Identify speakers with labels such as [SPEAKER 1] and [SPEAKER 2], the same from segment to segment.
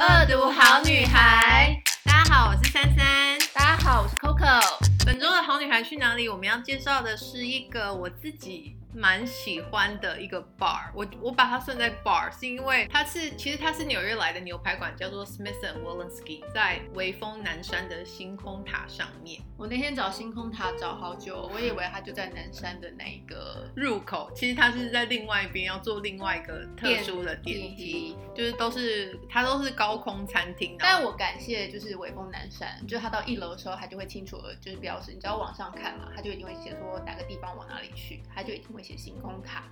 [SPEAKER 1] 恶毒好女孩，
[SPEAKER 2] 大家好，我是珊珊。
[SPEAKER 1] 大家好，我是 Coco。
[SPEAKER 2] 本周的好女孩去哪里？我们要介绍的是一个我自己蛮喜欢的一个 bar，我我把它算在 bar，是因为它是其实它是纽约来的牛排馆，叫做 Smith and Wolenski，在微风南山的星空塔上面。
[SPEAKER 1] 我那天找星空塔找好久，我以为它就在南山的那一个
[SPEAKER 2] 入口，其实它是在另外一边，要坐另外一个特殊的电梯，，就是都是它都是高空餐厅。然后
[SPEAKER 1] 但我感谢就是微风南山，就是它到一楼的时候，它就会清楚的就是标识，你只要往上看嘛，它就一定会写说哪个地方往哪里去，它就一定会写星空塔。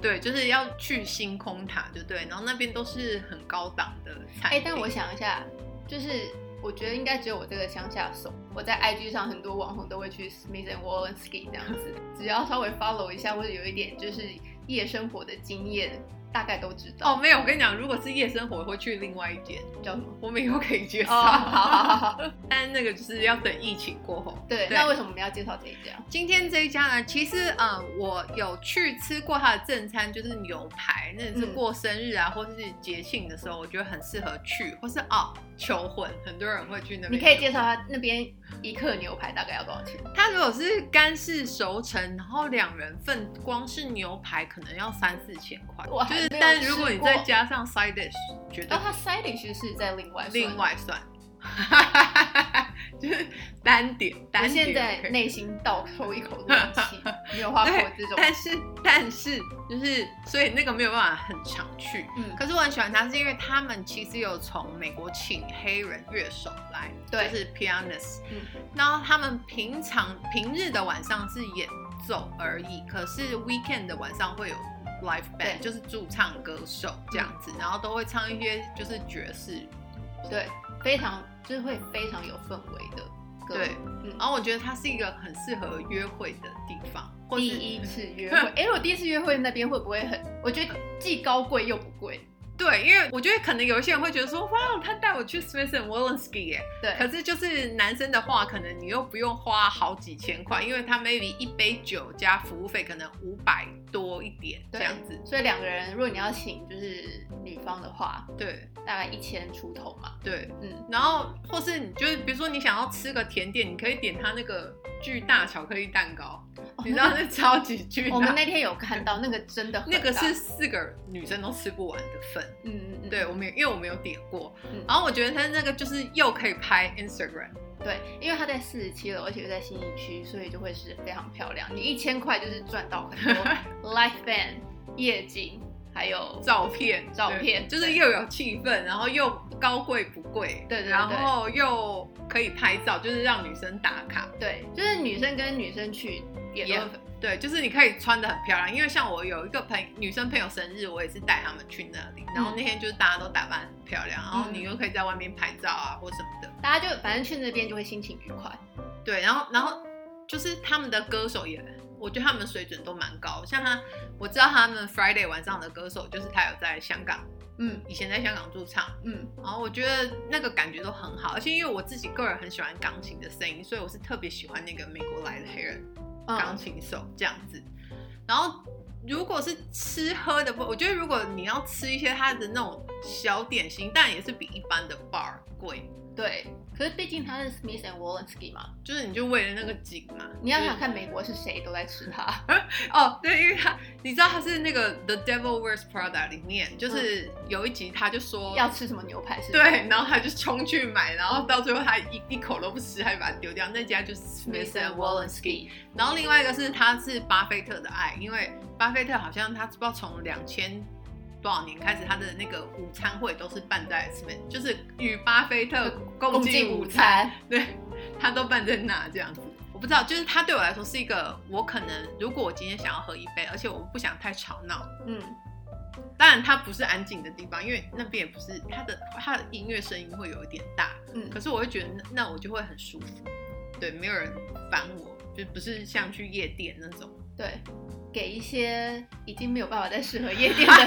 [SPEAKER 2] 对，就是要去星空塔，对不对？然后那边都是很高档的餐
[SPEAKER 1] 哎、
[SPEAKER 2] 厅。
[SPEAKER 1] 但我想一下，就是我觉得应该只有我这个乡下手。我在 IG 上很多网红都会去 Smith and Wolenski 这样子，只要稍微 follow 一下或者有一点就是夜生活的经验，大概都知道。
[SPEAKER 2] 哦，没有，我跟你讲，如果是夜生活，我会去另外一间，
[SPEAKER 1] 叫什么？
[SPEAKER 2] 我们以后可以介
[SPEAKER 1] 哦，
[SPEAKER 2] 绍。
[SPEAKER 1] 好好好好，
[SPEAKER 2] 但那个就是要等疫情过后。
[SPEAKER 1] 对，
[SPEAKER 2] 对
[SPEAKER 1] 那为什么我们要介绍这一家？
[SPEAKER 2] 今天这一家呢，其实呃，我有去吃过它的正餐，就是牛排，那是
[SPEAKER 1] 嗯
[SPEAKER 2] 过生日啊，或是节庆的时候，我觉得很适合去，或是啊、求婚，很多人会去那边。
[SPEAKER 1] 你可以介绍他那边一克牛排大概要多少钱？
[SPEAKER 2] 它如果是干式熟成，然后两人份，光是牛排可能要三四千块
[SPEAKER 1] 我，还
[SPEAKER 2] 就是
[SPEAKER 1] 没有
[SPEAKER 2] 但如果
[SPEAKER 1] 吃
[SPEAKER 2] 你再
[SPEAKER 1] 过
[SPEAKER 2] 加上 side dish，绝对
[SPEAKER 1] 哦，他 side dish 是在另外算
[SPEAKER 2] 另。外算， 就是单点
[SPEAKER 1] 我
[SPEAKER 2] 单点。
[SPEAKER 1] 现在内心倒抽一口冷气，没有花过
[SPEAKER 2] 对
[SPEAKER 1] 这种，
[SPEAKER 2] 但是但是就是，所以那个没有办法很常去。
[SPEAKER 1] 嗯，
[SPEAKER 2] 可是我很喜欢它，是因为他们其实有从美国请黑人乐手来，
[SPEAKER 1] 对
[SPEAKER 2] 就是 pianist，、
[SPEAKER 1] 嗯
[SPEAKER 2] 然后他们平常平日的晚上是演奏而已，可是 weekend 的晚上会有 live
[SPEAKER 1] 对嗯
[SPEAKER 2] band，就是驻唱歌手这样子，然后都会唱一些就是爵士。
[SPEAKER 1] 对，非常就是会非常有氛围的歌。
[SPEAKER 2] 对，哦
[SPEAKER 1] 嗯，
[SPEAKER 2] 然后我觉得它是一个很适合约会的地方，或
[SPEAKER 1] 第
[SPEAKER 2] 是
[SPEAKER 1] 一次约 会，哎、我第一次约会那边会不会很？我觉得既高贵又不贵。
[SPEAKER 2] 对，因为我觉得可能有一些人会觉得说，哇，他带我去 Smith and Wolenski 耶，
[SPEAKER 1] 对，
[SPEAKER 2] 可是就是男生的话，可能你又不用花好几千块，因为他 maybe 一杯酒加服务费可能五百多一点这
[SPEAKER 1] 对
[SPEAKER 2] 样子。
[SPEAKER 1] 所以两个人，如果你要请就是女方的话，
[SPEAKER 2] 对
[SPEAKER 1] 大概一千出头嘛。
[SPEAKER 2] 对，
[SPEAKER 1] 嗯，
[SPEAKER 2] 然后或是你就是比如说你想要吃个甜点，你可以点他那个巨大巧克力蛋糕，你知道 那超级巨
[SPEAKER 1] 哦我们
[SPEAKER 2] 大，
[SPEAKER 1] 那天有看到那个真的很
[SPEAKER 2] 那个
[SPEAKER 1] 大
[SPEAKER 2] 是四个女生都吃不完的份。
[SPEAKER 1] 嗯嗯嗯，
[SPEAKER 2] 对，我们也因为我没有点过，
[SPEAKER 1] 嗯
[SPEAKER 2] 然后我觉得他那个就是又可以拍 Instagram，
[SPEAKER 1] 对，因为它在四十七楼，而且又在新一区，所以就会是非常漂亮。你一千块就是赚到 很多 live band 夜景，还有
[SPEAKER 2] 照片，
[SPEAKER 1] 照片
[SPEAKER 2] 对就是
[SPEAKER 1] 对
[SPEAKER 2] 又有气氛，然后又高贵不贵，
[SPEAKER 1] 对对对
[SPEAKER 2] 然后又可以拍照，就是让女生打卡，
[SPEAKER 1] 对，就是女生跟女生去也
[SPEAKER 2] 也
[SPEAKER 1] 都会
[SPEAKER 2] 对，就是你可以穿的很漂亮，因为像我有一个朋女生朋友生日，我也是带他们去那里，
[SPEAKER 1] 嗯
[SPEAKER 2] 然后那天就是大家都打扮很漂亮，然后你又可以在外面拍照啊或什么的，
[SPEAKER 1] 大家就反正去那边就会心情愉快。
[SPEAKER 2] 对，然后然后就是他们的歌手也。我觉得他们水准都蛮高，像他，我知道他们 Friday 晚上的歌手，就是他有在香港，
[SPEAKER 1] 嗯
[SPEAKER 2] 以前在香港驻唱，
[SPEAKER 1] 嗯，
[SPEAKER 2] 然哦后我觉得那个感觉都很好，而且因为我自己个人很喜欢钢琴的声音，所以我是特别喜欢那个美国来的黑人钢
[SPEAKER 1] 嗯
[SPEAKER 2] 琴手这样子。然后如果是吃喝的部分，我觉得如果你要吃一些它的那种小点心，但也是比一般的 bar 贵，
[SPEAKER 1] 对。可是毕竟它是 Smith and Wolenski 嘛，
[SPEAKER 2] 就是你就为了那个景嘛，
[SPEAKER 1] 你要
[SPEAKER 2] 就是
[SPEAKER 1] 想看美国是谁都在吃它。
[SPEAKER 2] 哦，对，因为他你知道他是那个《The Devil Wears Prada》里面，就是有一集他就说
[SPEAKER 1] 嗯要吃什么牛排
[SPEAKER 2] 嗯
[SPEAKER 1] 是？
[SPEAKER 2] 对，然后他就冲去买，然后到最后他一一口都不吃，还把它丢掉。那家就是
[SPEAKER 1] Smith
[SPEAKER 2] Smith and
[SPEAKER 1] and
[SPEAKER 2] Wolenski。
[SPEAKER 1] Wolenski，
[SPEAKER 2] 然后另外一个是他是巴菲特的爱，因为巴菲特好像他不知道从两千多少年开始，他的那个午餐会都是办在 Smith，就是与巴菲特共进午餐，，对他都办在那这样子。我不知道，就是他对我来说是一个，我可能如果我今天想要喝一杯，而且我不想太吵闹，
[SPEAKER 1] 嗯，
[SPEAKER 2] 当然，它不是安静的地方，因为那边也不是它的它的音乐声音会有一点大，
[SPEAKER 1] 嗯
[SPEAKER 2] 可是我会觉得那那我就会很舒服，对，没有人烦我，就不是像去夜店那种。
[SPEAKER 1] 对，给一些已经没有办法再适合夜店的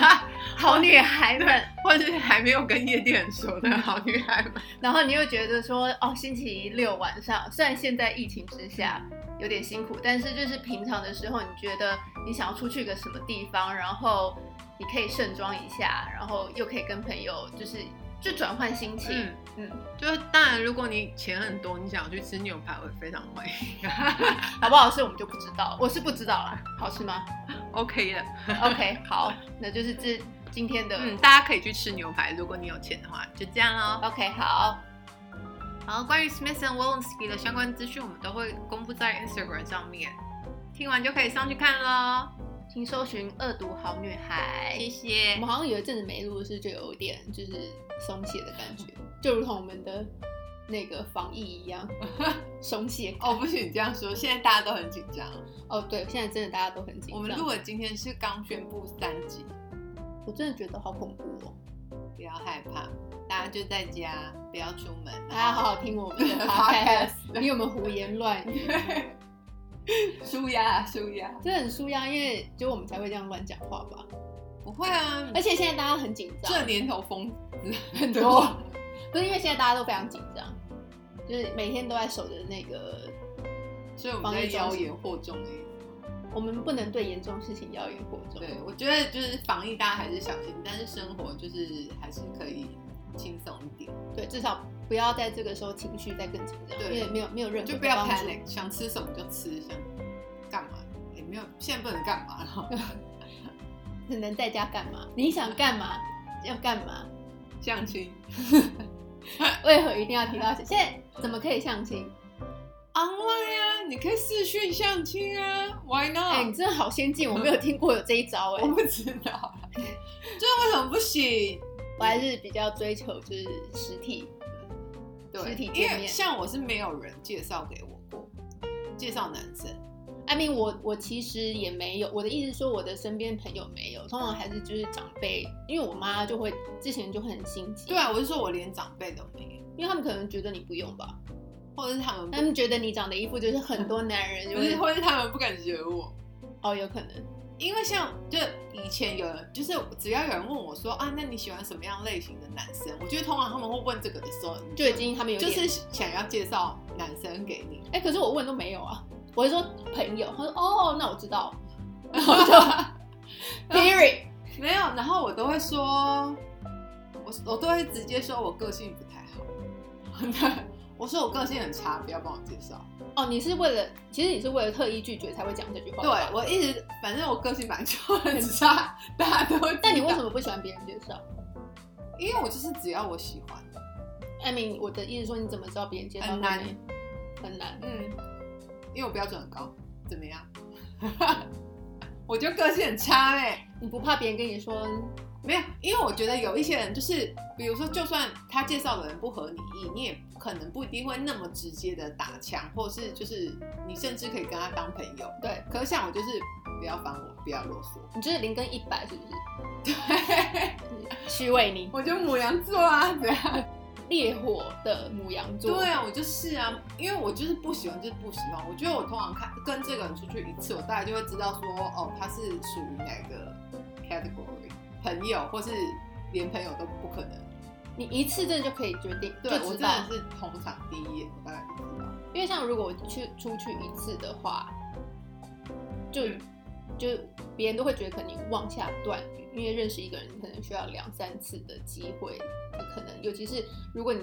[SPEAKER 1] 好女孩 们，
[SPEAKER 2] 或是还没有跟夜店熟的好女孩们，
[SPEAKER 1] 然后你又觉得说，哦，星期六晚上，虽然现在疫情之下有点辛苦，但是就是平常的时候，你觉得你想要出去个什么地方，然后你可以盛装一下，然后又可以跟朋友就是就转换心情。
[SPEAKER 2] 嗯
[SPEAKER 1] 嗯，
[SPEAKER 2] 就是当然，如果你钱很多，你想要去吃牛排，我也非常欢迎
[SPEAKER 1] 好不好吃我们就不知道了，我是不知道啦，好吃吗
[SPEAKER 2] ，OK 的。
[SPEAKER 1] ？OK，好，那就是这今天的、
[SPEAKER 2] 嗯，大家可以去吃牛排，如果你有钱的话，就这样哦。
[SPEAKER 1] OK，好，
[SPEAKER 2] 好，关于 Smith and Wolenski 的相关资讯，我们都会公布在 Instagram 上面，听完就可以上去看喽。
[SPEAKER 1] 请搜寻“恶毒好女孩
[SPEAKER 2] 谢”。谢
[SPEAKER 1] 我们，好像有一阵子没录，是就有点就是松懈的感觉，就如同我们的那个防疫一样松懈感。
[SPEAKER 2] 哦，不许你这样说，现在大家都很紧张。
[SPEAKER 1] 哦，对，现在真的大家都很紧张。
[SPEAKER 2] 我们录，的今天是刚宣布三级，
[SPEAKER 1] 我真的觉得好恐怖哦。
[SPEAKER 2] 不要害怕，大家就在家，不要出门。
[SPEAKER 1] 大家好好听我们的 podcast，
[SPEAKER 2] ，podcast，
[SPEAKER 1] 因为我们胡言乱语，
[SPEAKER 2] 舒压舒压，
[SPEAKER 1] 真的很舒压，因为就我们才会这样乱讲话吧。
[SPEAKER 2] 不会啊，
[SPEAKER 1] 而且现在大家很紧张，
[SPEAKER 2] 这年头疯子
[SPEAKER 1] 很多，不是因为现在大家都非常紧张，就是每天都在守着那个，
[SPEAKER 2] 所以我们
[SPEAKER 1] 防疫
[SPEAKER 2] 在妖
[SPEAKER 1] 中心
[SPEAKER 2] 言惑众的意思。
[SPEAKER 1] 我们不能对严重事情妖言惑众。
[SPEAKER 2] 对，我觉得就是防疫大家还是小心，但是生活就是还是可以轻松一点，
[SPEAKER 1] 对，至少不要在这个时候情绪再更紧张，
[SPEAKER 2] 对
[SPEAKER 1] 因为没有没有任何
[SPEAKER 2] 就
[SPEAKER 1] 的
[SPEAKER 2] 不要
[SPEAKER 1] 帮助
[SPEAKER 2] panic，想吃什么就吃，想干嘛也没有，现在不能干嘛了，
[SPEAKER 1] 只能在家干嘛？你想干嘛要干嘛？
[SPEAKER 2] 相亲。
[SPEAKER 1] 为何一定要提到？现在怎么可以相亲？
[SPEAKER 2] online 啊，你可以视讯相亲啊，Why
[SPEAKER 1] 哎、
[SPEAKER 2] not？、
[SPEAKER 1] 你真的好先进，我没有听过有这一 招 哎、
[SPEAKER 2] 我不知道，就是为什么不行？
[SPEAKER 1] 我还是比较追求就是实体，
[SPEAKER 2] 对，
[SPEAKER 1] 实体
[SPEAKER 2] 因
[SPEAKER 1] 见
[SPEAKER 2] 为
[SPEAKER 1] 面
[SPEAKER 2] 像我是没有人介绍给我过，介绍男生，
[SPEAKER 1] I mean，我我其实也没有，我的意思是说，我的身边朋友没有，通常还是就是长辈，因为我妈就会之前就会很心急，
[SPEAKER 2] 对，啊，我是说我连长辈都没有，
[SPEAKER 1] 因为他们可能觉得你不用吧，
[SPEAKER 2] 或者是他们
[SPEAKER 1] 他
[SPEAKER 2] 不，
[SPEAKER 1] 们觉得你长得一副就是很多男人就
[SPEAKER 2] 不是，
[SPEAKER 1] 是
[SPEAKER 2] 或者是他们不敢惹我，
[SPEAKER 1] 哦，有可能，
[SPEAKER 2] 因为像就以前有人，就是只要有人问我说啊，那你喜欢什么样类型的男生？我觉得通常他们会问这个的时候，你
[SPEAKER 1] 就已经他们有
[SPEAKER 2] 就
[SPEAKER 1] 点，
[SPEAKER 2] 是想要介绍男生给 你，
[SPEAKER 1] 哎、可是我问都没有啊，我是说朋友，他说哦，那我知道，然后就 period，
[SPEAKER 2] 没有，然后我都会说，我我都会直接说我个性不太好， 我说我个性很差，不要帮我介绍。
[SPEAKER 1] 哦，你是为了，其实你是为了特意拒绝才会讲这句话，
[SPEAKER 2] 对
[SPEAKER 1] 吧，
[SPEAKER 2] 我一直反正我个性本来就很差，大家都知道。
[SPEAKER 1] 但你为什么不喜欢别人介绍
[SPEAKER 2] 因为我就是只要我喜欢，
[SPEAKER 1] ？I mean，我的意思说，你怎么知道别人介绍
[SPEAKER 2] 很
[SPEAKER 1] 会
[SPEAKER 2] 难
[SPEAKER 1] 没，很难。
[SPEAKER 2] 嗯，因为我标准很高，怎么样？ 我觉得个性很差哎、
[SPEAKER 1] 你不怕别人跟你说，
[SPEAKER 2] 没有，因为我觉得有一些人就是，比如说，就算他介绍的人不合你意，你也可能不一定会那么直接的打枪，或是就是你甚至可以跟他当朋友。
[SPEAKER 1] 对
[SPEAKER 2] 可是像我就是不要烦我，不要啰嗦，
[SPEAKER 1] 你就是零跟一百是不是？对， 虚伪你
[SPEAKER 2] 我就母羊座啊，对啊，
[SPEAKER 1] 烈火的母羊座，
[SPEAKER 2] 对啊，我就是啊，因为我就是不喜欢，就是不喜欢。我觉得我通常看跟这个人出去一次，我大概就会知道说，哦，他是属于哪个 category 朋友，或是连朋友都不可能。
[SPEAKER 1] 你一次真的就可以决定，
[SPEAKER 2] 对
[SPEAKER 1] 就
[SPEAKER 2] 我
[SPEAKER 1] 知
[SPEAKER 2] 真
[SPEAKER 1] 道
[SPEAKER 2] 的。是同场第一眼，我大概就知道。
[SPEAKER 1] 因为像如果我去出去一次的话，就、
[SPEAKER 2] 嗯
[SPEAKER 1] 就别人都会觉得可能你妄下断语，因为认识一个人，你可能需要两三次的机会，你可能尤其是如果你。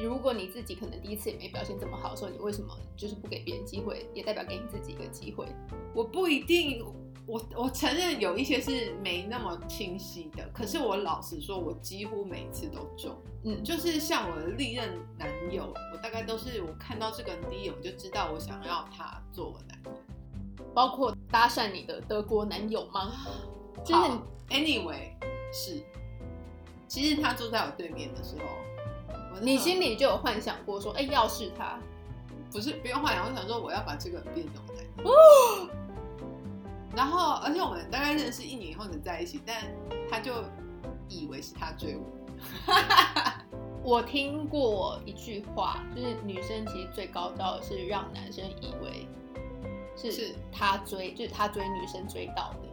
[SPEAKER 1] 如果你自己可能第一次也没表现这么好的时候，你为什么就是不给别人机会，也代表给你自己一个机会？
[SPEAKER 2] 我不一定，我我承认有一些是没那么清晰的，可是我老实说，我几乎每一次都中。
[SPEAKER 1] 嗯，就
[SPEAKER 2] 就是像我的历任男友，我大概都是我看到这个人第一眼，我就知道我想要他做我男友。
[SPEAKER 1] 包括搭讪你的德国男友吗？就是你
[SPEAKER 2] 好 anyway 是，其实他坐在我对面的时候，我
[SPEAKER 1] 你心
[SPEAKER 2] 里
[SPEAKER 1] 里就有幻想过说，哎、要是他，
[SPEAKER 2] 不是不用幻想，我想说我要把这个人变成我男友。 然后，而且我们大概认识一年以后才在一起，但他就以为是他追我。
[SPEAKER 1] 我听过一句话，就是女生其实最高招的是让男生以为
[SPEAKER 2] 是
[SPEAKER 1] 是他追，就是他追女生追到的。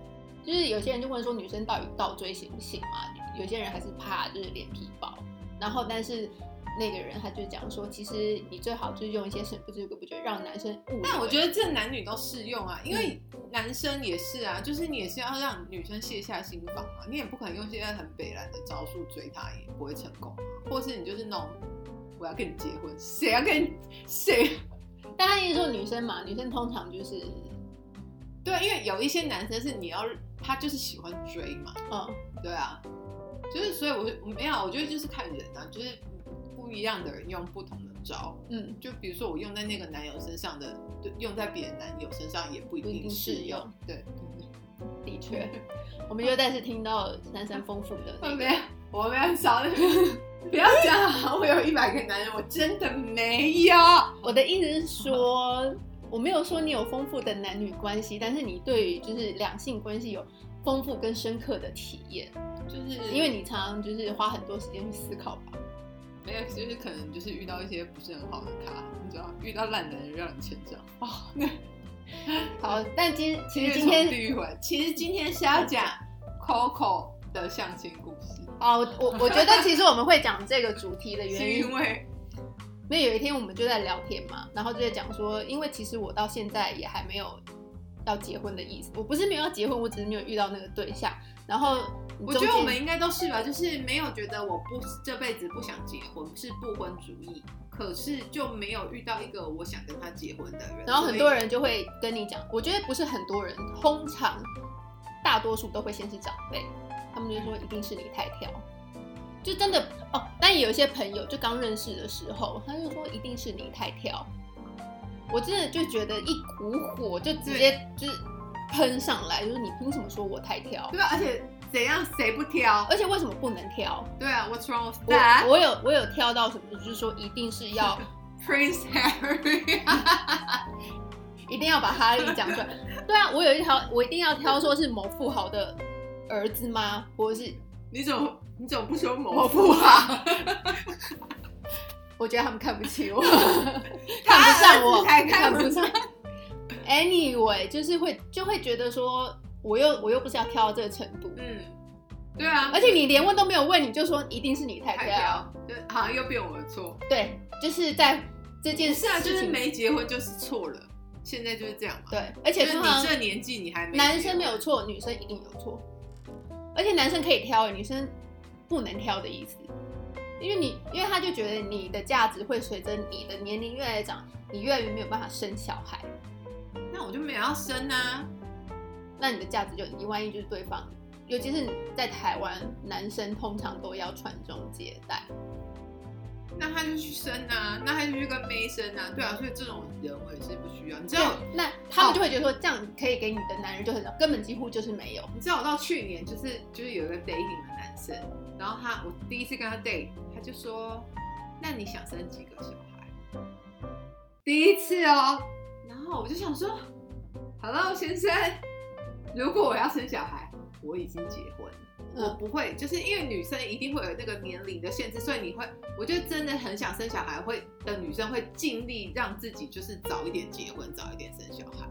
[SPEAKER 1] 就是有些人就问说女生到底倒追行不行嘛？有些人还是怕就是脸皮薄，然后但是那个人他就讲说，其实你最好就是用一些神不知鬼不觉让男生误以为。
[SPEAKER 2] 但我觉得这男女都适用啊，因为男生也是啊，就是你也是要让女生卸下心防啊，你也不可能用现在很北蓝的招数追她，也不会成功啊。或是你就是那种我要跟你结婚，谁要跟你谁？
[SPEAKER 1] 但他一说女生嘛，女生通常就是
[SPEAKER 2] 对，啊因为有一些男生是你要他就是喜欢追嘛，
[SPEAKER 1] 嗯，
[SPEAKER 2] 对啊，就是所以我就没有，我觉得就是看人啊，就是不一样的人用不同的招。
[SPEAKER 1] 嗯，
[SPEAKER 2] 就比如说我用在那个男友身上的，对用在别的男友身上也不一
[SPEAKER 1] 不一定
[SPEAKER 2] 定
[SPEAKER 1] 适
[SPEAKER 2] 适
[SPEAKER 1] 用嗯
[SPEAKER 2] 用。对，
[SPEAKER 1] 的确，
[SPEAKER 2] 嗯
[SPEAKER 1] 我们又再次听到男生丰富的那
[SPEAKER 2] 我
[SPEAKER 1] 个
[SPEAKER 2] 没有，我没有少，不要讲好像我有一百个男人，我真的没有。
[SPEAKER 1] 我的意思是说，我没有说你有丰富的男女关系，但是你对于就是两性关系有丰富跟深刻的体验，
[SPEAKER 2] 就是
[SPEAKER 1] 因为你常常就是花很多时间去思考吧。
[SPEAKER 2] 没有，就是可能就是遇到一些不是很好的他，你知道，遇到烂男人让你成长。哦，那
[SPEAKER 1] 好，但今其实今
[SPEAKER 2] 地
[SPEAKER 1] 天
[SPEAKER 2] 狱回来，其实今天是要讲 Coco 的相亲故事，
[SPEAKER 1] 啊，我我我觉得其实我们会讲这个主题的
[SPEAKER 2] 是
[SPEAKER 1] 原因
[SPEAKER 2] 因，为
[SPEAKER 1] 因为有一天我们就在聊天嘛，然后就在讲说，因为其实我到现在也还没有要结婚的意思，我不是没有要结婚，我只是没有遇到那个对象。然后你
[SPEAKER 2] 我觉
[SPEAKER 1] 中
[SPEAKER 2] 得
[SPEAKER 1] 间
[SPEAKER 2] 我们应该都是吧，就是没有觉得我不这辈子不想结婚，是不婚主义，可是就没有遇到一个我想跟他结婚的人。
[SPEAKER 1] 然后很多
[SPEAKER 2] 所以
[SPEAKER 1] 人就会跟你讲，我觉得不是很多人，通常大多数都会先是长辈，他们就说一定是你太挑，就真的哦。但也有一些朋友就刚认识的时候，他就说一定是你太挑，我真的就觉得一股火就直接就是喷上来，就是你凭什么说我太挑？
[SPEAKER 2] 对吧？而且怎样谁不挑？
[SPEAKER 1] 而且为什么不能挑？
[SPEAKER 2] 对啊，What's wrong with
[SPEAKER 1] 我
[SPEAKER 2] that？
[SPEAKER 1] 我有我有挑到什么，就是说一定是要
[SPEAKER 2] Prince Harry，
[SPEAKER 1] 一定要把哈利讲出来。对啊，我有一条，我一定要挑说是某富豪的儿子吗？或者是
[SPEAKER 2] 你怎么你怎么不说某富啊？
[SPEAKER 1] 我觉得他们看不起 我，看不
[SPEAKER 2] 他儿
[SPEAKER 1] 上
[SPEAKER 2] 子
[SPEAKER 1] 我，
[SPEAKER 2] 才看
[SPEAKER 1] 看
[SPEAKER 2] 不
[SPEAKER 1] 上。Anyway，就是会就会觉得说，我又我又不是要挑到这个程度，
[SPEAKER 2] 嗯，对啊，
[SPEAKER 1] 而且你连问都没有问，你就说一定是你太
[SPEAKER 2] 太
[SPEAKER 1] 挑，
[SPEAKER 2] 挑，就好像又变我的错。
[SPEAKER 1] 对，就是在这件
[SPEAKER 2] 不
[SPEAKER 1] 事
[SPEAKER 2] 是啊，就是
[SPEAKER 1] 情
[SPEAKER 2] 没结婚就是错了，现在就是这样嘛。，
[SPEAKER 1] 对，而
[SPEAKER 2] 就
[SPEAKER 1] 且
[SPEAKER 2] 是
[SPEAKER 1] 通
[SPEAKER 2] 你
[SPEAKER 1] 常
[SPEAKER 2] 这年纪你还没结婚
[SPEAKER 1] 男生没有错，女生一定有错，而且男生可以挑，欸女生不能挑的意思，因为你，因为他就觉得你的价值会随着你的年龄越来越长，你越来越没有办法生小孩，
[SPEAKER 2] 那我就没有要生啊。
[SPEAKER 1] 那你的价值就你万一就是对方，尤其是在台湾，男生通常都要传宗接代，
[SPEAKER 2] 那他就去生啊，那他就去跟妹生啊，对啊，所以这种人我也是不需要。你知道，
[SPEAKER 1] 对那他
[SPEAKER 2] 哦
[SPEAKER 1] 们就会觉得说，这样可以给你的男人就很少，根本几乎就是没有。
[SPEAKER 2] 你知道我到去年就是就是有一个 dating 的男生，然后他我第一次跟他 date，他就说，那你想生几个小孩？第一次哦，然后我就想说，Hello 先生，如果我要生小孩，我已经结婚了。我
[SPEAKER 1] 嗯，
[SPEAKER 2] 不会，就是因为女生一定会有那个年龄的限制，所以你会，我觉得真的很想生小孩会的女生会尽力让自己就是早一点结婚，早一点生小孩。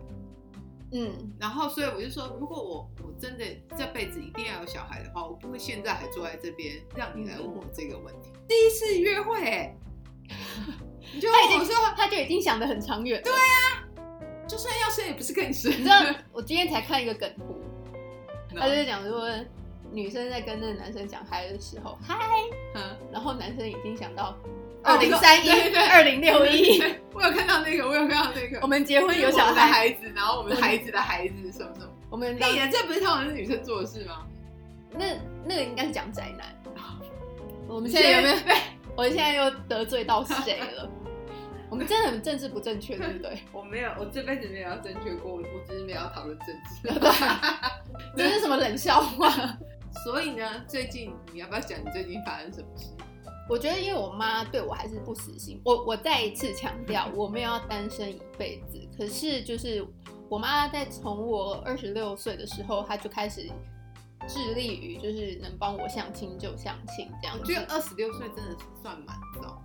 [SPEAKER 1] 嗯，
[SPEAKER 2] 然后，所以我就说，如果我我真的这辈子一定要有小孩的话，我不会现在还坐在这边让你来问我这个问题。第一次约会、欸，你就
[SPEAKER 1] 他已
[SPEAKER 2] 问
[SPEAKER 1] 经
[SPEAKER 2] 我说，
[SPEAKER 1] 他就已经想得很长远了。
[SPEAKER 2] 就算要生也不是跟你生，
[SPEAKER 1] 你知道，我今天才看一个梗图，
[SPEAKER 2] 然
[SPEAKER 1] 他
[SPEAKER 2] 后
[SPEAKER 1] 就讲说，女生在跟那个男生讲嗨的时候，嗨，
[SPEAKER 2] 嗯
[SPEAKER 1] 然后男生已经想到
[SPEAKER 2] 哦
[SPEAKER 1] 二零三一、
[SPEAKER 2] 对对
[SPEAKER 1] 二零六一，
[SPEAKER 2] 对我有看到那个，我有看到那个，
[SPEAKER 1] 我们结婚
[SPEAKER 2] 就
[SPEAKER 1] 有
[SPEAKER 2] 是
[SPEAKER 1] 小
[SPEAKER 2] 我们的
[SPEAKER 1] 孩，嗯
[SPEAKER 2] 孩子，然后我们的孩子的孩子什么什么。
[SPEAKER 1] 我们
[SPEAKER 2] 哎呀，这不是通常是女生做的事吗？
[SPEAKER 1] 那那个应该是讲宅男。
[SPEAKER 2] 哦
[SPEAKER 1] 我
[SPEAKER 2] 我
[SPEAKER 1] 们现在有没有？我现在又得罪到谁 了？我们真的很政治不正确，对不对？
[SPEAKER 2] 我没有，我这辈子没有要正确过，我我只是没有要讨论政治。
[SPEAKER 1] 这是什么冷笑话？
[SPEAKER 2] 所以呢，最近你要不要讲你最近发生什么事？
[SPEAKER 1] 我觉得，因为我妈对我还是不死心。我我再一次强调，我没有要单身一辈子。可是，就是我妈在从我二十六岁的时候，她就开始致力于就是能帮我相亲就相亲这样
[SPEAKER 2] 我
[SPEAKER 1] 子
[SPEAKER 2] 觉。得二十六岁真的是算蛮早，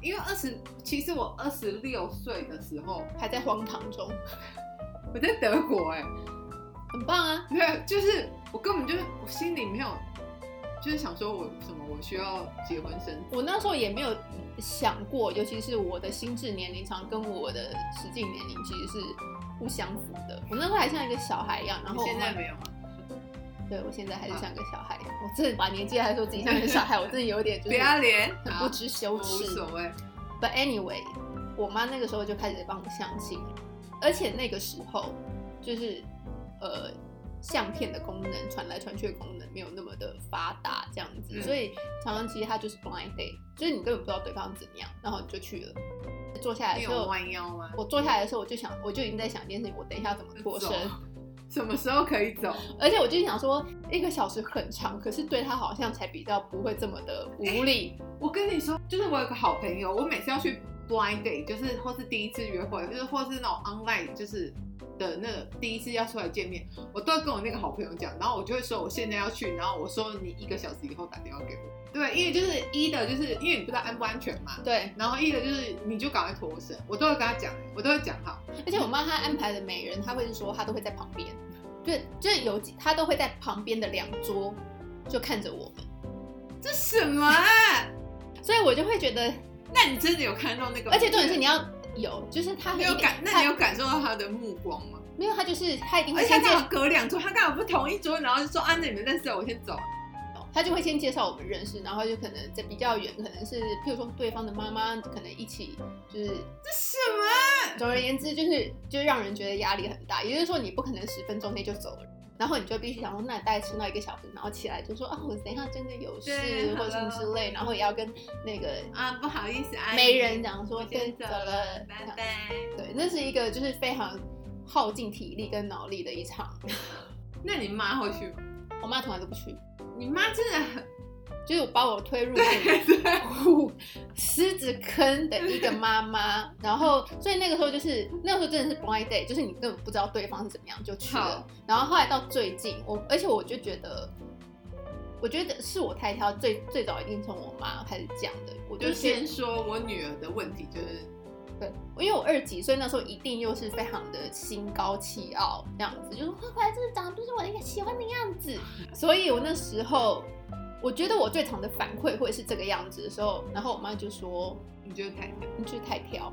[SPEAKER 2] 因为二十，其实我二十六岁的时候
[SPEAKER 1] 还在荒唐中，
[SPEAKER 2] 我在德国、哎，
[SPEAKER 1] 很棒啊！
[SPEAKER 2] 没有，就是我根本就是我心里没有，就是想说我什么我需要结婚生子，
[SPEAKER 1] 我那时候也没有想过，尤其是我的心智年龄常跟我的实际年龄其实是不相符的。我那时候还像一个小孩一样，然
[SPEAKER 3] 你
[SPEAKER 1] 后我
[SPEAKER 3] 现在
[SPEAKER 1] 妈
[SPEAKER 3] 没有吗？
[SPEAKER 1] 对我现在还是像个小孩，我真的把年纪还说自己像个小孩，我真的有点就
[SPEAKER 3] 不
[SPEAKER 1] 是
[SPEAKER 3] 要脸，
[SPEAKER 1] 很
[SPEAKER 2] 好
[SPEAKER 1] 不啊知羞
[SPEAKER 2] 我无
[SPEAKER 1] 耻。
[SPEAKER 2] 所谓。
[SPEAKER 1] But anyway，我妈那个时候就开始帮我相亲，而且那个时候就是呃，相片的功能传来传去的功能没有那么的发达，这样子，
[SPEAKER 3] 嗯
[SPEAKER 1] 所以常常其实它就是 blind date，就是你根本不知道对方怎么样，然后你就去了。坐下来
[SPEAKER 3] 你
[SPEAKER 1] 的时
[SPEAKER 3] 有
[SPEAKER 1] 候，
[SPEAKER 3] 弯腰吗？
[SPEAKER 1] 我坐下来的时候，我就想，我就已经在想一件事情，我等一下怎么脱身
[SPEAKER 2] 走。什么时候可以走？
[SPEAKER 1] 而且我就想说，一个小时很长，可是对他好像才比较不会这么的 无力。
[SPEAKER 2] 我跟你说，就是我有个好朋友，我每次要去 blind date，就是或是第一次约会，就是或是那种 online，就是的那个第一次要出来见面，我都会跟我那个好朋友讲，然后我就会说我现在要去，然后我说你一个小时以后打电话给我。对，因为就是一的，就是因为你不知道安不安全嘛，
[SPEAKER 1] 对，
[SPEAKER 2] 然后一的就是你就赶快脱身，我都会跟他讲，我都会讲好。
[SPEAKER 1] 而且我妈她安排的每人，她会是说她都会在旁边，对，就是有几她都会在旁边的两桌就看着我们，
[SPEAKER 2] 这什么、啊？
[SPEAKER 1] 所以我就会觉得，
[SPEAKER 2] 那你真的有看到那个？
[SPEAKER 1] 而且重点是你要有，就是她
[SPEAKER 2] 你
[SPEAKER 1] 会
[SPEAKER 2] 有
[SPEAKER 1] 一定
[SPEAKER 2] 感，那
[SPEAKER 1] 她
[SPEAKER 2] 你有感受到他的目光吗？
[SPEAKER 1] 没有？她就是她一定
[SPEAKER 2] 而
[SPEAKER 1] 会
[SPEAKER 2] 且他
[SPEAKER 1] 先介
[SPEAKER 2] 刚
[SPEAKER 1] 绍
[SPEAKER 2] 好，隔两桌，他刚好不同一桌，然后就说啊，那你们认识了，我先走。
[SPEAKER 1] 她就会先介绍我们认识，然后就可能在比较远，可能是譬如说对方的妈妈，可能一起就是，
[SPEAKER 2] 这什么？
[SPEAKER 1] 总而言之就是就是让人觉得压力很大，也就是说你不可能十分钟内就走了。然后你就必须想说，那你大概撑到一个小时，然后起来就说啊，我等一下真的有事
[SPEAKER 2] 对
[SPEAKER 1] 或者什么之类，然后也要跟那个
[SPEAKER 2] 啊，不好意思，阿姨
[SPEAKER 1] 没人讲说
[SPEAKER 2] 我先走
[SPEAKER 1] 对走了
[SPEAKER 2] 了，拜拜。
[SPEAKER 1] 对，那是一个就是非常耗尽体力跟脑力的一场。
[SPEAKER 2] 那你妈会去吗？
[SPEAKER 1] 我妈从来都不去，
[SPEAKER 2] 你妈真的很
[SPEAKER 1] 就是我把我推入
[SPEAKER 2] 对，
[SPEAKER 1] 狮子坑的一个妈妈，然后所以那个时候就是那个时候真的是 blind date，就是你根本不知道对方是怎么样就去了
[SPEAKER 2] 好。
[SPEAKER 1] 然后后来到最近，我而且我就觉得，我觉得是我太挑，最最早一定从我妈开始讲的，我
[SPEAKER 2] 就
[SPEAKER 1] 就觉得
[SPEAKER 2] 先说我女儿的问题，就是
[SPEAKER 1] 对，因为我二级，所以那时候一定又是非常的心高气傲这样子，就是快快，这个长得不是我应该喜欢的样子。所以我那时候，我觉得我最常的反馈会是这个样子的时候，然后我妈就说
[SPEAKER 2] 你觉得太太
[SPEAKER 1] 你就是太挑，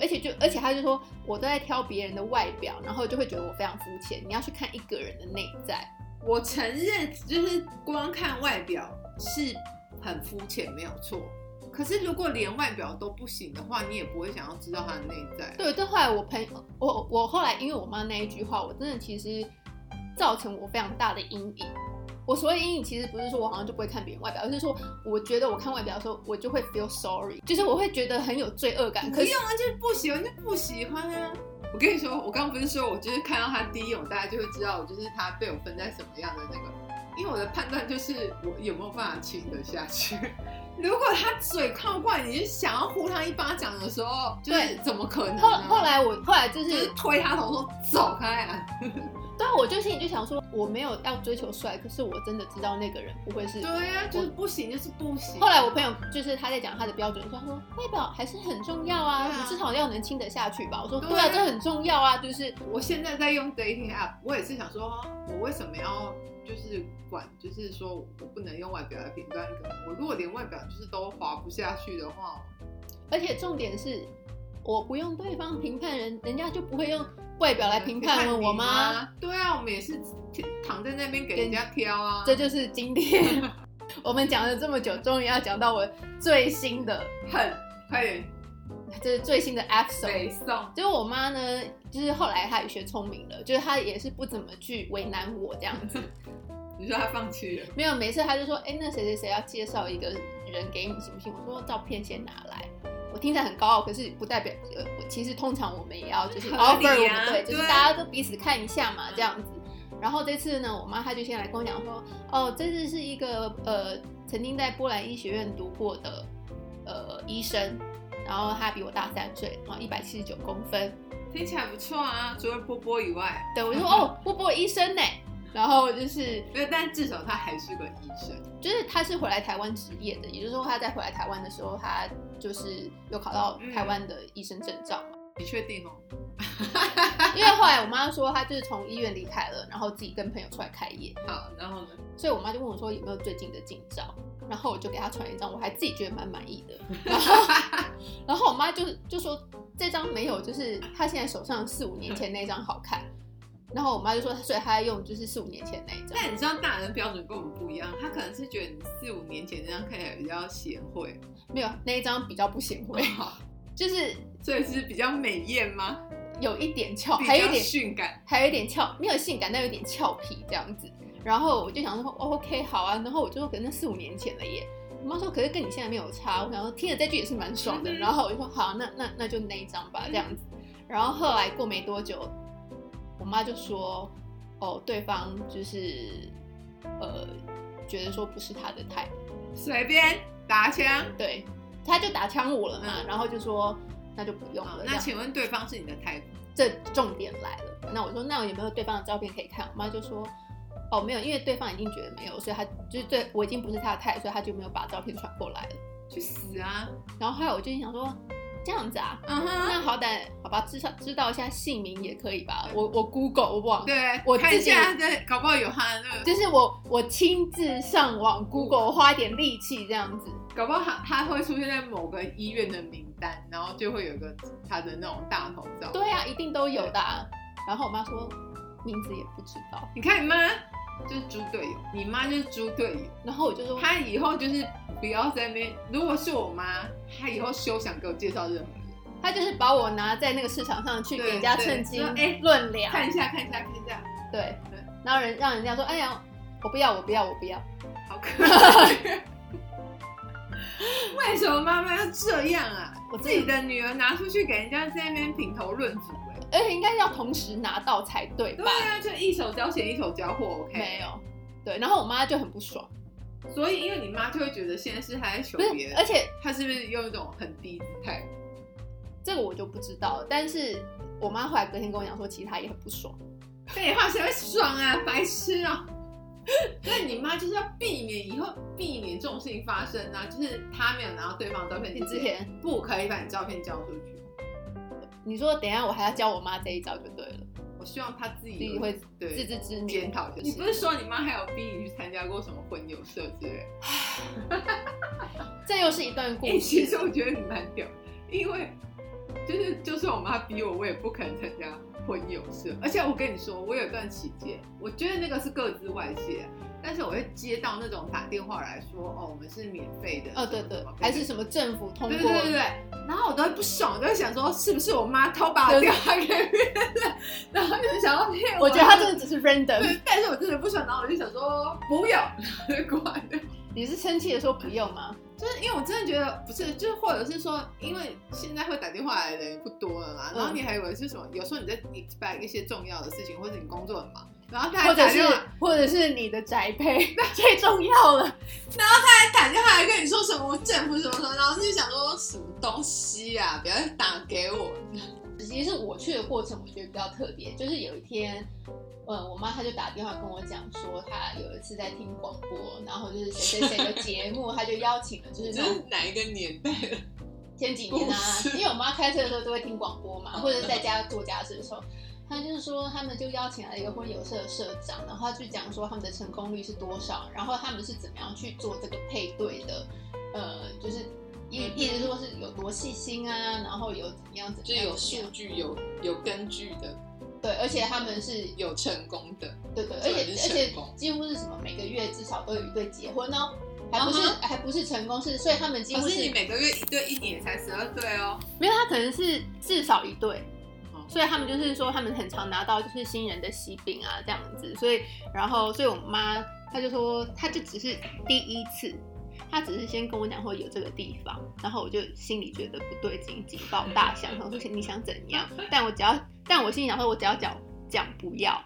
[SPEAKER 1] 而且就而且她就说我都在挑别人的外表，然后就会觉得我非常肤浅。你要去看一个人的内在，
[SPEAKER 2] 我承认，就是光看外表是很肤浅，没有错。可是如果连外表都不行的话，你也不会想要知道她的内在。
[SPEAKER 1] 对，但后来我朋友，我我后来因为我妈那一句话，我真的其实造成我非常大的阴影。我所谓阴影，其实不是说我好像就不会看别人外表，而是说我觉得我看外表的时候，我就会 feel sorry，就是我会觉得很有罪恶感。
[SPEAKER 2] 不
[SPEAKER 1] 可是
[SPEAKER 2] 用啊，就是不喜欢就不喜欢啊。我跟你说，我刚刚不是说我就是看到他第一眼，我大概就会知道，就是他对我分在什么样的那个。因为我的判断就是我有没有办法亲得下去。 如果他嘴靠过来，你就想要呼他一巴掌的时候，就是
[SPEAKER 1] 对
[SPEAKER 2] 怎么可能呢、
[SPEAKER 1] 后后来我后来就
[SPEAKER 2] 就是
[SPEAKER 1] 是，
[SPEAKER 2] 推他头说走开啊！
[SPEAKER 1] 对啊，我就心里就想说，我没有要追求帅，可是我真的知道那个人不会是。
[SPEAKER 2] 对呀、就是不行，就是不行。啊
[SPEAKER 1] 后来我朋友就是他在讲他的标准，他说外表还是很重要啊，
[SPEAKER 2] 对啊
[SPEAKER 1] 你至少要能亲得下去吧。我说
[SPEAKER 2] 对
[SPEAKER 1] 对啊，
[SPEAKER 2] 啊
[SPEAKER 1] 这很重要啊，就是
[SPEAKER 2] 我现在在用 dating app，我也是想说，我为什么要就是管，就是说我不能用外表来评断一个人。我如果连外表就是都滑不下去的话，
[SPEAKER 1] 而且重点是，我不用对方评判人，人家就不会用外表来评判
[SPEAKER 2] 你
[SPEAKER 1] 我吗？？
[SPEAKER 2] 对啊，我们也是躺在那边给人家挑啊。
[SPEAKER 1] 这就是今天 我们讲了这么久，终于要讲到我最新的，
[SPEAKER 2] 很快点
[SPEAKER 1] 这是最新的 episode
[SPEAKER 2] 北。送，
[SPEAKER 1] 就是我妈呢，就是后来她也学聪明了，就是她也是不怎么去为难我这样子。
[SPEAKER 2] 你说他放弃了，
[SPEAKER 1] 没有，每次她就说：“哎，那谁谁谁要介绍一个人给你，行不行？”我说：“照片先拿来。”我听起来很高傲，可是不代表呃，我其实通常我们也要就是
[SPEAKER 2] 合
[SPEAKER 1] offer
[SPEAKER 2] 理
[SPEAKER 1] 我
[SPEAKER 2] 啊
[SPEAKER 1] 们对，就是
[SPEAKER 2] 对
[SPEAKER 1] 大家都彼此看一下嘛，这样子。然后这次呢，我妈她就先来跟我讲说，哦，这次是一个呃曾经在波兰医学院读过的呃医生，然后她比我大三岁，然后一百七十九公分。
[SPEAKER 2] 听起来不错啊。除了波波以外，
[SPEAKER 1] 对我就说哦，波波医生呢，然后就是
[SPEAKER 2] 没有，但至少他还是个医生。
[SPEAKER 1] 就是他是回来台湾职业的，也就是说他在回来台湾的时候，他
[SPEAKER 2] 嗯
[SPEAKER 1] 就是有考到台湾的医生证照嘛。
[SPEAKER 2] 你确定哦？
[SPEAKER 1] 因为后来我妈说她就是从医院离开了，然后自己跟朋友出来开业，
[SPEAKER 2] 好，然后呢？
[SPEAKER 1] 所以我妈就问我说有没有最近的近照，然后我就给她传一张，我还自己觉得蛮满意的。然后，然后我妈就就说这张没有，就是她现在手上四五年前那张好看。然后我妈就说，所以她用就是四五年前那一张。
[SPEAKER 2] 但你知道大人标准跟我们不一样，他可能是觉得你四五年前那样看起来比较贤惠，
[SPEAKER 1] 没有那一张比较不显惠， 就是
[SPEAKER 2] 所以是比较美艳吗？
[SPEAKER 1] 有一点俏，
[SPEAKER 2] 比
[SPEAKER 1] 哦还有一
[SPEAKER 2] 较
[SPEAKER 1] 点
[SPEAKER 2] 性感，
[SPEAKER 1] 还有一点俏，没有性感，但有点俏皮这样子。然后我就想说、哦、，OK，好啊。然后我就说，可能那四五年前了耶。我妈说，可是跟你现在没有差。我想说，听了这句也是蛮爽的。
[SPEAKER 2] 嗯
[SPEAKER 1] 然后我就说，好，那那那就那一张吧，这样子。然后后来过没多久，我妈就说，哦，对方就是呃，觉得说不是她的 type，
[SPEAKER 2] 随便打枪。
[SPEAKER 1] 对，她就打枪我了嘛。
[SPEAKER 2] 嗯
[SPEAKER 1] 然后就说，那就不用
[SPEAKER 2] 好
[SPEAKER 1] 了。这
[SPEAKER 2] 那
[SPEAKER 1] 样
[SPEAKER 2] 请问对方是你的 type？
[SPEAKER 1] 这重点来了。那我说，那我有没有对方的照片可以看？我妈就说，哦，没有，因为对方已经觉得没有，所以她就是对我已经不是她的态，所以她就没有把照片传过来了。
[SPEAKER 2] 去死啊！
[SPEAKER 1] 然后后来我就心想说，这样子啊，
[SPEAKER 2] 嗯哼，
[SPEAKER 1] 那好歹好吧，至少知道一下姓名也可以吧。我我 Google 我忘了。
[SPEAKER 2] 对，
[SPEAKER 1] 我
[SPEAKER 2] 看
[SPEAKER 1] 自
[SPEAKER 2] 一
[SPEAKER 1] 己
[SPEAKER 2] 下，对，搞不好有他的那个，
[SPEAKER 1] 就是我，我亲自上网 Google，花一点力气这样子。
[SPEAKER 2] 搞不好他他会出现在某个医院的名单，然后就会有一个他的那种大头照。
[SPEAKER 1] 对啊，一定都有的啊、然后我妈说，名字也不知道。
[SPEAKER 2] 你看你妈就是猪队友，你妈就是猪队友。
[SPEAKER 1] 然后我就说，
[SPEAKER 2] 她以后就是不要在那边，如果是我妈，她以后休想给我介绍任何人。
[SPEAKER 1] 她就是把我拿在那个市场上去给人家
[SPEAKER 2] 对对
[SPEAKER 1] 称斤
[SPEAKER 2] 说哎
[SPEAKER 1] 论两。
[SPEAKER 2] 看一下，看一下，看一下，
[SPEAKER 1] 对
[SPEAKER 2] 对，
[SPEAKER 1] 然后人让人家说，哎呀，我不要，我不要，我不要。
[SPEAKER 2] 好可爱。 为什么妈妈要这样啊？
[SPEAKER 1] 我
[SPEAKER 2] 自
[SPEAKER 1] 自
[SPEAKER 2] 己
[SPEAKER 1] 己，
[SPEAKER 2] 的女儿拿出去给人家在那边品头论足、哎，
[SPEAKER 1] 而且应该要同时拿到才对吧
[SPEAKER 2] 对？啊，就一手交钱一手交货，OK。
[SPEAKER 1] 没有，对。然后我妈就很不爽，
[SPEAKER 2] 所以因为你妈就会觉得现在是她在求
[SPEAKER 1] 不是
[SPEAKER 2] 别，
[SPEAKER 1] 而
[SPEAKER 2] 人，
[SPEAKER 1] 且
[SPEAKER 2] 她是不是用一种很低姿态？
[SPEAKER 1] 这个我就不知道，但是我妈后来隔天跟我讲说，其实她也很不爽。
[SPEAKER 2] 废话，谁会爽啊？白痴啊！所以你妈就是要避免以后避免这种事情发生啊，就是她没有拿到对方的照片
[SPEAKER 1] 你之前
[SPEAKER 2] 不可以把你照片交出去。
[SPEAKER 1] 你说等一下我还要教我妈这一招就对了，
[SPEAKER 2] 我希望她自己
[SPEAKER 1] 自己会
[SPEAKER 2] 对
[SPEAKER 1] 自知之
[SPEAKER 2] 检
[SPEAKER 1] 明。
[SPEAKER 2] 讨就是。你
[SPEAKER 1] 你
[SPEAKER 2] 不
[SPEAKER 1] 不
[SPEAKER 2] 是
[SPEAKER 1] 是
[SPEAKER 2] 说你妈还有逼你去参加过什么婚友社之类？
[SPEAKER 1] 这又是一段故
[SPEAKER 2] 哎、其实
[SPEAKER 1] 事。
[SPEAKER 2] 我觉得你蛮屌，因为就是就算我妈逼我，我也不肯参加婚友社。而且我跟你说，我有一段期间，我觉得那个是各自外泄，但是我会接到那种打电话来说，哦，我们是免费的，
[SPEAKER 1] 哦，对
[SPEAKER 2] 什么
[SPEAKER 1] 对
[SPEAKER 2] 什么，
[SPEAKER 1] 还是什么政府通
[SPEAKER 2] 对
[SPEAKER 1] 过
[SPEAKER 2] 对对对对。然后我都会不爽，我都会想说，是不是我妈偷把我电话给别人， 然后就想要骗我。
[SPEAKER 1] 我觉得她真的只是
[SPEAKER 2] 对
[SPEAKER 1] random，，
[SPEAKER 2] 但是我真的不爽，然后我就想说不要，然后就挂掉。
[SPEAKER 1] 你是生气的时候不用吗？
[SPEAKER 2] 就是因为我真的觉得不是，就是或者是说，因为现在会打电话来的人也不多了嘛，
[SPEAKER 1] 嗯
[SPEAKER 2] 然后你还以为是什么？有时候你在 expect 一些重要的事情，或者你工作很忙，然后他
[SPEAKER 1] 或
[SPEAKER 2] 还
[SPEAKER 1] 者
[SPEAKER 2] 打
[SPEAKER 1] 是
[SPEAKER 2] 电话，
[SPEAKER 1] 或者是你的宅配 最重要了。
[SPEAKER 2] 他哎打电话来跟你说什么政府什么什么，然后就想说什么东西啊，不要再打给我。
[SPEAKER 1] 其实我去的过程，我觉得比较特别，就是有一天，呃，我妈她就打电话跟我讲说，她有一次在听广播，然后就是谁谁谁的节目，她就邀请了，就是
[SPEAKER 2] 这
[SPEAKER 1] 那种
[SPEAKER 2] 是哪一个年代的？
[SPEAKER 1] 前几年啊
[SPEAKER 2] 故，事
[SPEAKER 1] 因为我妈开车的时候都会听广播嘛，或者在家做家事的时候，她就是说他们就邀请来一个婚友社的社长，然后她就讲说他们的成功率是多少，然后他们是怎么样去做这个配对的，呃，就是意
[SPEAKER 2] 嗯
[SPEAKER 1] 意思是说是有多细心啊，然后有怎么样怎么样，怎么样
[SPEAKER 2] 据、有有根据的、
[SPEAKER 1] 对，而且他们是
[SPEAKER 2] 有成功 的。
[SPEAKER 1] 对对，而
[SPEAKER 2] 这个
[SPEAKER 1] 且
[SPEAKER 2] 是
[SPEAKER 1] 而
[SPEAKER 2] 成功
[SPEAKER 1] 且几乎是什么每个月至少都有一对结婚哦，还不是、
[SPEAKER 2] 嗯
[SPEAKER 1] 还不是成功是，所以他们几
[SPEAKER 2] 可
[SPEAKER 1] 乎
[SPEAKER 2] 是
[SPEAKER 1] 是
[SPEAKER 2] 哦你每个月一对一年才十二对哦。
[SPEAKER 1] 没有，他可能是至少一对
[SPEAKER 2] 哦。
[SPEAKER 1] 所以他们就是说，他们很常拿到就是新人的喜饼啊，这样子。所以，然后，所以我妈她就说，她就只是第一次，她只是先跟我讲说有这个地方，然后我就心里觉得不对劲，警报 大响，然后说你想怎样？但我只要，但我心里想说，我只要讲讲不要，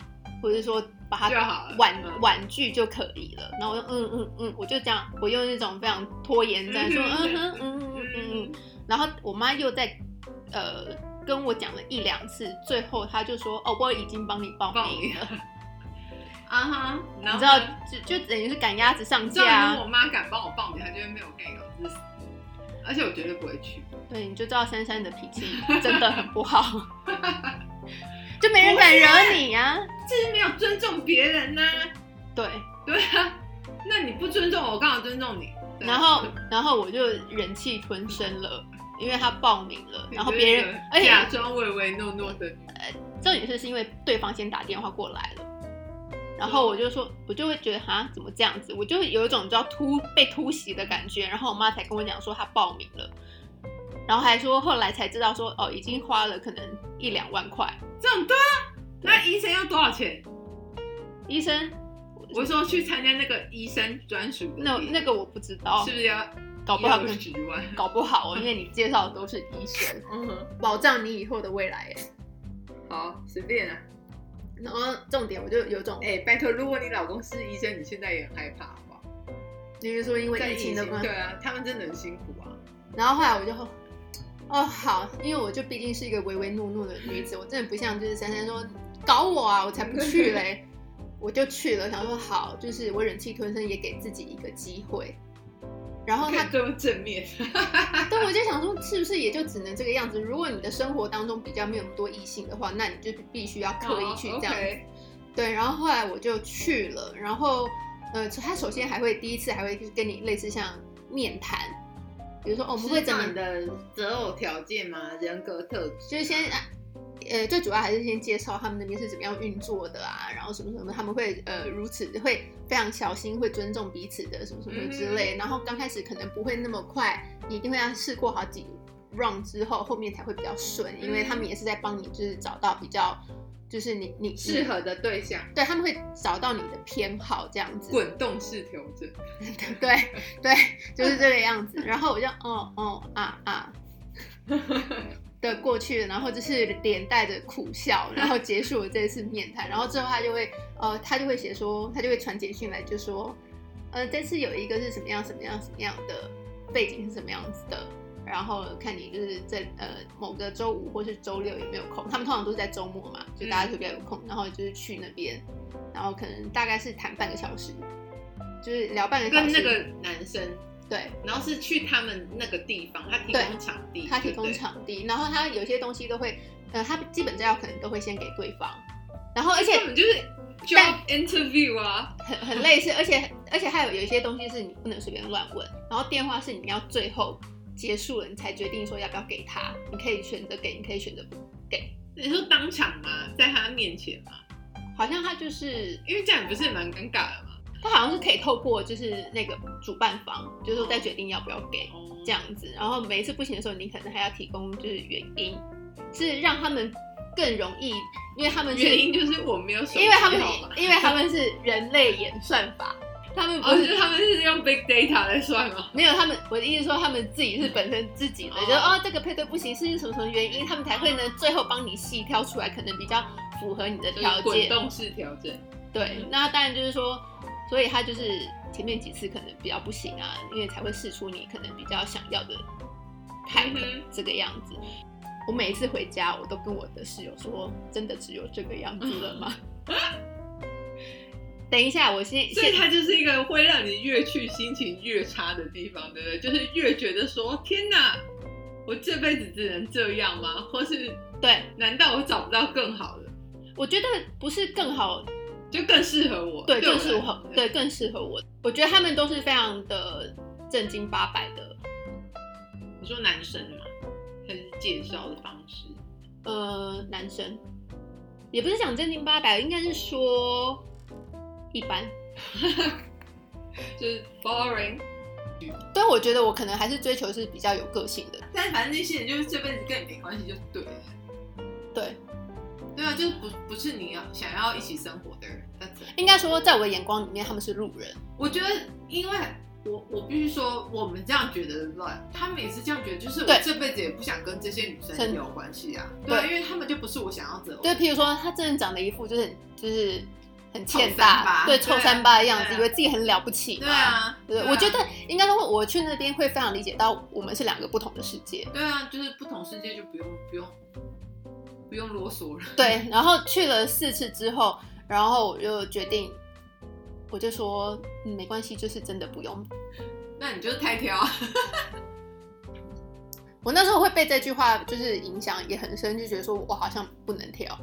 [SPEAKER 1] 或者是说把它
[SPEAKER 2] 就好了
[SPEAKER 1] 婉
[SPEAKER 2] 嗯
[SPEAKER 1] 婉拒就可以了。然后我就嗯嗯嗯，我就这样，我用那种非常拖延战说嗯哼嗯嗯嗯嗯嗯。然后我妈又在呃跟我讲了一两次，最后她就说：“哦，我已经帮你报
[SPEAKER 2] 报
[SPEAKER 1] 名
[SPEAKER 2] 名
[SPEAKER 1] 了。
[SPEAKER 2] 啊哈，”然
[SPEAKER 1] 你
[SPEAKER 2] 后
[SPEAKER 1] 知道，就就等于是赶鸭子上
[SPEAKER 2] 你知道，
[SPEAKER 1] 架
[SPEAKER 2] 如
[SPEAKER 1] 啊。
[SPEAKER 2] 果我妈敢帮我报名，她就会没有 gay 狗自私，而且我绝对不会去。
[SPEAKER 1] 对，你就知道珊珊的脾气真的很不好。就没人敢惹你啊。
[SPEAKER 2] 这是没有尊重别人呐、
[SPEAKER 1] 对，
[SPEAKER 2] 对啊，那你不尊重我，我刚好尊重你。对啊
[SPEAKER 1] 然后然后我就忍气吞声了，因为他报名了，然后
[SPEAKER 2] 你
[SPEAKER 1] 别
[SPEAKER 2] 就是
[SPEAKER 1] 人哎
[SPEAKER 2] 一，个假
[SPEAKER 1] 而且
[SPEAKER 2] 装唯唯诺诺的，
[SPEAKER 1] 重点是是因为对方先打电话过来了，然后我就说，我就会觉得哈，怎么这样子？我就有一种你知道突被突袭的感觉。然后我妈才跟我讲说她报名了，然后还说后来才知道说哦，已经花了可能一两万块。
[SPEAKER 2] 这种对啊。那医生要多少钱？
[SPEAKER 1] 医生，
[SPEAKER 2] 我说去参加那个医生专属的
[SPEAKER 1] 那
[SPEAKER 2] 礼
[SPEAKER 1] 那个我不知道，
[SPEAKER 2] 嗯是不是要
[SPEAKER 1] 搞不好
[SPEAKER 2] 二十万？
[SPEAKER 1] 搞不好哦，因为你介绍的都是医生，
[SPEAKER 2] 嗯哼，
[SPEAKER 1] 保障你以后的未来耶。
[SPEAKER 2] 好，随便啊。
[SPEAKER 1] 然后重点我就有种，
[SPEAKER 2] 哎、拜托，如果你老公是医生，你现在也很害怕，好不好？
[SPEAKER 1] 你是说因
[SPEAKER 2] 在
[SPEAKER 1] 为疫
[SPEAKER 2] 疫
[SPEAKER 1] 情的关系
[SPEAKER 2] 对？啊，他们真的很辛苦啊。
[SPEAKER 1] 然后后来我就，哦好，因为我就毕竟是一个唯唯诺诺的女子，我真的不像就是珊珊说搞我啊，我才不去嘞，我就去了，想说好，就是我忍气吞声，也给自己一个机会。然后哦他
[SPEAKER 2] 看这么正面，
[SPEAKER 1] 但我就想说，是不是也就只能这个样子？如果你的生活当中比较没有那么多异性的话，那你就必须要刻意去这样
[SPEAKER 2] 哦
[SPEAKER 1] 子。
[SPEAKER 2] OK
[SPEAKER 1] 对，然后后来我就去了，然后呃，他首先还会第一次还会跟你类似像面谈，比如说、哦、我
[SPEAKER 2] 我
[SPEAKER 1] 们会怎么
[SPEAKER 2] 你的择偶条件吗？人格特质？
[SPEAKER 1] 就是先，呃，最主要还是先介绍他们那边是怎么样运作的啊，然后什么什么，他们会呃如此会非常小心，会尊重彼此的什么什么之
[SPEAKER 2] 嗯
[SPEAKER 1] 类。然后刚开始可能不会那么快，你一定会要试过好几 round 之后，后面才会比较顺，因为他
[SPEAKER 2] 嗯
[SPEAKER 1] 们也是在帮你就是找到比较就是你你
[SPEAKER 2] 适
[SPEAKER 1] 合，
[SPEAKER 2] 合的对象，
[SPEAKER 1] 对他们会找到你的偏好这样子。
[SPEAKER 2] 滚动式调整。
[SPEAKER 1] 对对，就是这个样子。然后我就哦哦啊 啊的过去，然后就是连带着苦笑，然后结束了这次面谈。然后之后他就会呃，他就会写说，他就会传简讯来，就说呃，这次有一个是什么样什么样什么样的背景是什么样子的。然后看你就是在呃某个周五或是周六有没有空，他们通常都是在周末嘛，就大家
[SPEAKER 2] 嗯
[SPEAKER 1] 特别有空，然后就是去那边，然后可能大概是谈半个小时，就是聊半个小
[SPEAKER 2] 跟
[SPEAKER 1] 时，
[SPEAKER 2] 那个男生，
[SPEAKER 1] 对，
[SPEAKER 2] 然后是去他们那个地方，他提供场地，
[SPEAKER 1] 他提
[SPEAKER 2] 对
[SPEAKER 1] 供
[SPEAKER 2] 不对，
[SPEAKER 1] 场地，然后他有些东西都会，呃，他基本资料可能都会先给对方，然后而且
[SPEAKER 2] 根本就是
[SPEAKER 1] 但
[SPEAKER 2] job interview 啊，
[SPEAKER 1] 很很类似，而且而且还有有一些东西是你不能随便乱问，然后电话是你要最后结束了你才决定说要不要给他，你可以选择给，你可以选择不，
[SPEAKER 2] 你说当场吗？在他面前吗？
[SPEAKER 1] 好像他就是
[SPEAKER 2] 因为这样不是蛮尴尬的吗？
[SPEAKER 1] 他好像是可以透过就是那个主办方，就是说再决定要不要给，
[SPEAKER 2] 哦
[SPEAKER 1] 这样子，然后每一次不行的时候，你可能还要提供就是原因，是让他们更容易，因为他们是
[SPEAKER 2] 原因就是我没有手机
[SPEAKER 1] 因为他们
[SPEAKER 2] 号码
[SPEAKER 1] 因为他们是人类演算法，他们不、
[SPEAKER 2] 哦，就是是他们是用 big data 来算吗？
[SPEAKER 1] 没有他们，我的意思说他们自己是本身自己的，
[SPEAKER 2] 哦
[SPEAKER 1] 就是哦这个配对不行是什么什么原因，他们才会呢最后帮你细挑出来，可能比较符合你的
[SPEAKER 2] 就是
[SPEAKER 1] 条
[SPEAKER 2] 滚
[SPEAKER 1] 件。
[SPEAKER 2] 动嗯式调整，
[SPEAKER 1] 对，那当然就是说，所以他就是前面几次可能比较不行啊，因为才会试出你可能比较想要的 type、
[SPEAKER 2] 嗯哼
[SPEAKER 1] 这个样子。我每一次回家，我都跟我的室友说，真的只有这个样子 了吗？等一下，我先
[SPEAKER 2] 所以
[SPEAKER 1] 先
[SPEAKER 2] 它就是一个会让你越去心情越差的地方，对不对？就是越觉得说天哪，我这辈子只能这样吗？或是
[SPEAKER 1] 对，
[SPEAKER 2] 难道我找不到更好的，
[SPEAKER 1] 我觉得不是更好，
[SPEAKER 2] 就更适合我？
[SPEAKER 1] 对，
[SPEAKER 2] 我
[SPEAKER 1] 更
[SPEAKER 2] 来
[SPEAKER 1] 适合，对，更适合我。我觉得他们都是非常的正经八百的，
[SPEAKER 2] 你说男生嘛，还是介绍的方式？
[SPEAKER 1] 呃，男生也不是讲正经八百，应该是说一般。
[SPEAKER 2] 就是 boring，
[SPEAKER 1] 但我觉得我可能还是追求是比较有个性的，
[SPEAKER 2] 但反正那些人就是这辈子跟你没关系，就对了。
[SPEAKER 1] 对，
[SPEAKER 2] 对啊，就是不不是你要想要一起生活的人，那怎
[SPEAKER 1] 应该说在我的眼光里面他们是路人，
[SPEAKER 2] 我觉得，因为我我必须说，我们这样觉得乱，他们也是这样觉得，就是
[SPEAKER 1] 对
[SPEAKER 2] 我这辈子也不想跟这些女
[SPEAKER 1] 真
[SPEAKER 2] 生有关系啊，对啊，因为他们就不是我想要择偶
[SPEAKER 1] 对，譬如说他真的长得一副就是很就是很欠
[SPEAKER 2] 臭三八
[SPEAKER 1] 打，对，
[SPEAKER 2] 对啊
[SPEAKER 1] 臭三八的样子，
[SPEAKER 2] 对啊
[SPEAKER 1] 以为自己很了不起嘛，
[SPEAKER 2] 对啊，
[SPEAKER 1] 对，
[SPEAKER 2] 啊
[SPEAKER 1] 我觉得应该说我去那边会非常理解到我们是两个不同的世界，
[SPEAKER 2] 对啊，就是不同世界就不用不用不用啰嗦了，
[SPEAKER 1] 对，然后去了四次之后，然后我就决定，我就说、嗯、没关系，就是真的不用。
[SPEAKER 2] 那你就是太挑 啊，
[SPEAKER 1] 我那时候会被这句话就是影响也很深，就觉得说我好像不能挑，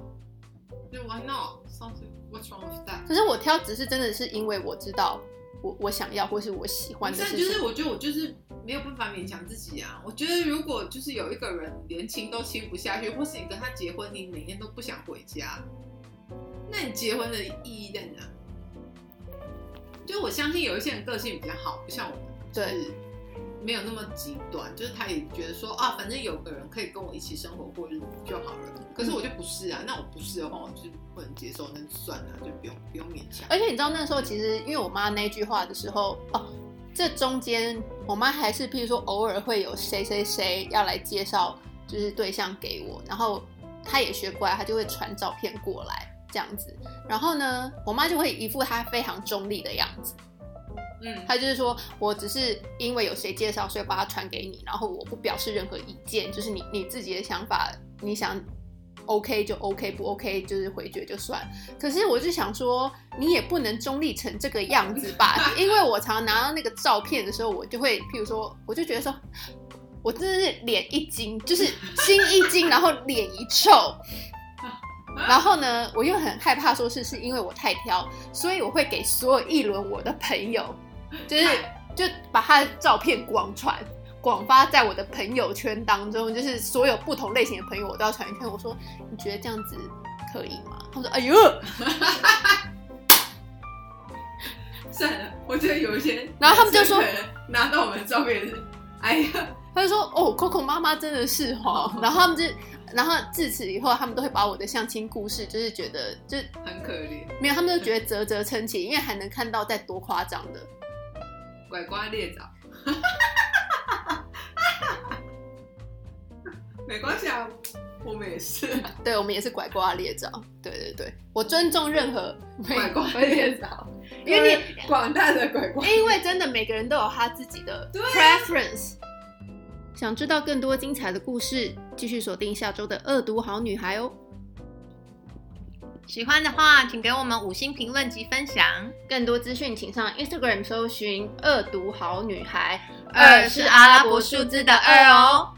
[SPEAKER 2] 就 Why not? Something What's wrong with that?
[SPEAKER 1] 可是我挑只是真的是因为我知道我我想要或是我喜欢
[SPEAKER 2] 不
[SPEAKER 1] 的
[SPEAKER 2] 是，啊
[SPEAKER 1] 是
[SPEAKER 2] 就
[SPEAKER 1] 什
[SPEAKER 2] 是
[SPEAKER 1] 么
[SPEAKER 2] 我觉得我就是没有办法勉强自己啊。我觉得如果就是有一个人连亲都亲不下去，或是你跟他结婚，你每天都不想回家，那你结婚的意义在哪？就我相信有一些人个性比较好，不像我们，
[SPEAKER 1] 对，
[SPEAKER 2] 没有那么极端，就是他也觉得说啊，反正有个人可以跟我一起生活过日子就好了。可是我就不是啊，那我不是的话，我就是不能接受，那就算了，就不用不用勉强。
[SPEAKER 1] 而且你知道那时候其实因为我妈那句话的时候，哦，这中间我妈还是譬如说偶尔会有谁谁谁要来介绍就是对象给我，然后她也学不来，她就会传照片过来这样子。然后呢，我妈就会一副她非常中立的样子，
[SPEAKER 2] 嗯，
[SPEAKER 1] 她就是说我只是因为有谁介绍，所以把它传给你，然后我不表示任何意见，就是你你自己的想法，你想 OK 就 OK，不 OK 就是回绝就算。可是我就想说，你也不能中立成这个样子吧？因为我常拿到那个照片的时候，我就会，譬如说，我就觉得说，我真的是脸一惊，就是心一惊，然后脸一臭。然后呢，我又很害怕，说是是因为我太挑，所以我会给所有一轮我的朋友，就是就把他的照片广传。广发在我的朋友圈当中，就是所有不同类型的朋友，我都要传一圈。我说，你觉得这样子可以吗？他说，哎呦，
[SPEAKER 2] 算了，我觉得有一些，
[SPEAKER 1] 然后他们就说
[SPEAKER 2] 拿到我们的照片也是，哎呀，
[SPEAKER 1] 他就说：“哦，Coco 妈妈真的是哈。”然后他们就，然后自此以后，他们都会把我的相亲故事，就是觉得就
[SPEAKER 2] 很可怜，
[SPEAKER 1] 没有，他们就觉得啧啧称奇，因为还能看到再多夸张的。
[SPEAKER 2] 拐瓜裂枣。 没关系啊，我们也是
[SPEAKER 1] 对我们也是拐瓜裂枣，对对对，我尊重任何
[SPEAKER 2] 拐瓜裂 枣，
[SPEAKER 1] 因为你
[SPEAKER 2] 你广大的拐瓜，
[SPEAKER 1] 因为真的每个人都有他自己的 preference。想知道更多精彩的故事，继续锁定下周的《恶毒好女孩》哦。
[SPEAKER 4] 喜欢的话，请给我们五星评论及分享。
[SPEAKER 1] 更多资讯，请上 Instagram 搜寻“恶毒好女孩”，
[SPEAKER 4] 二是阿拉伯数字的二哦。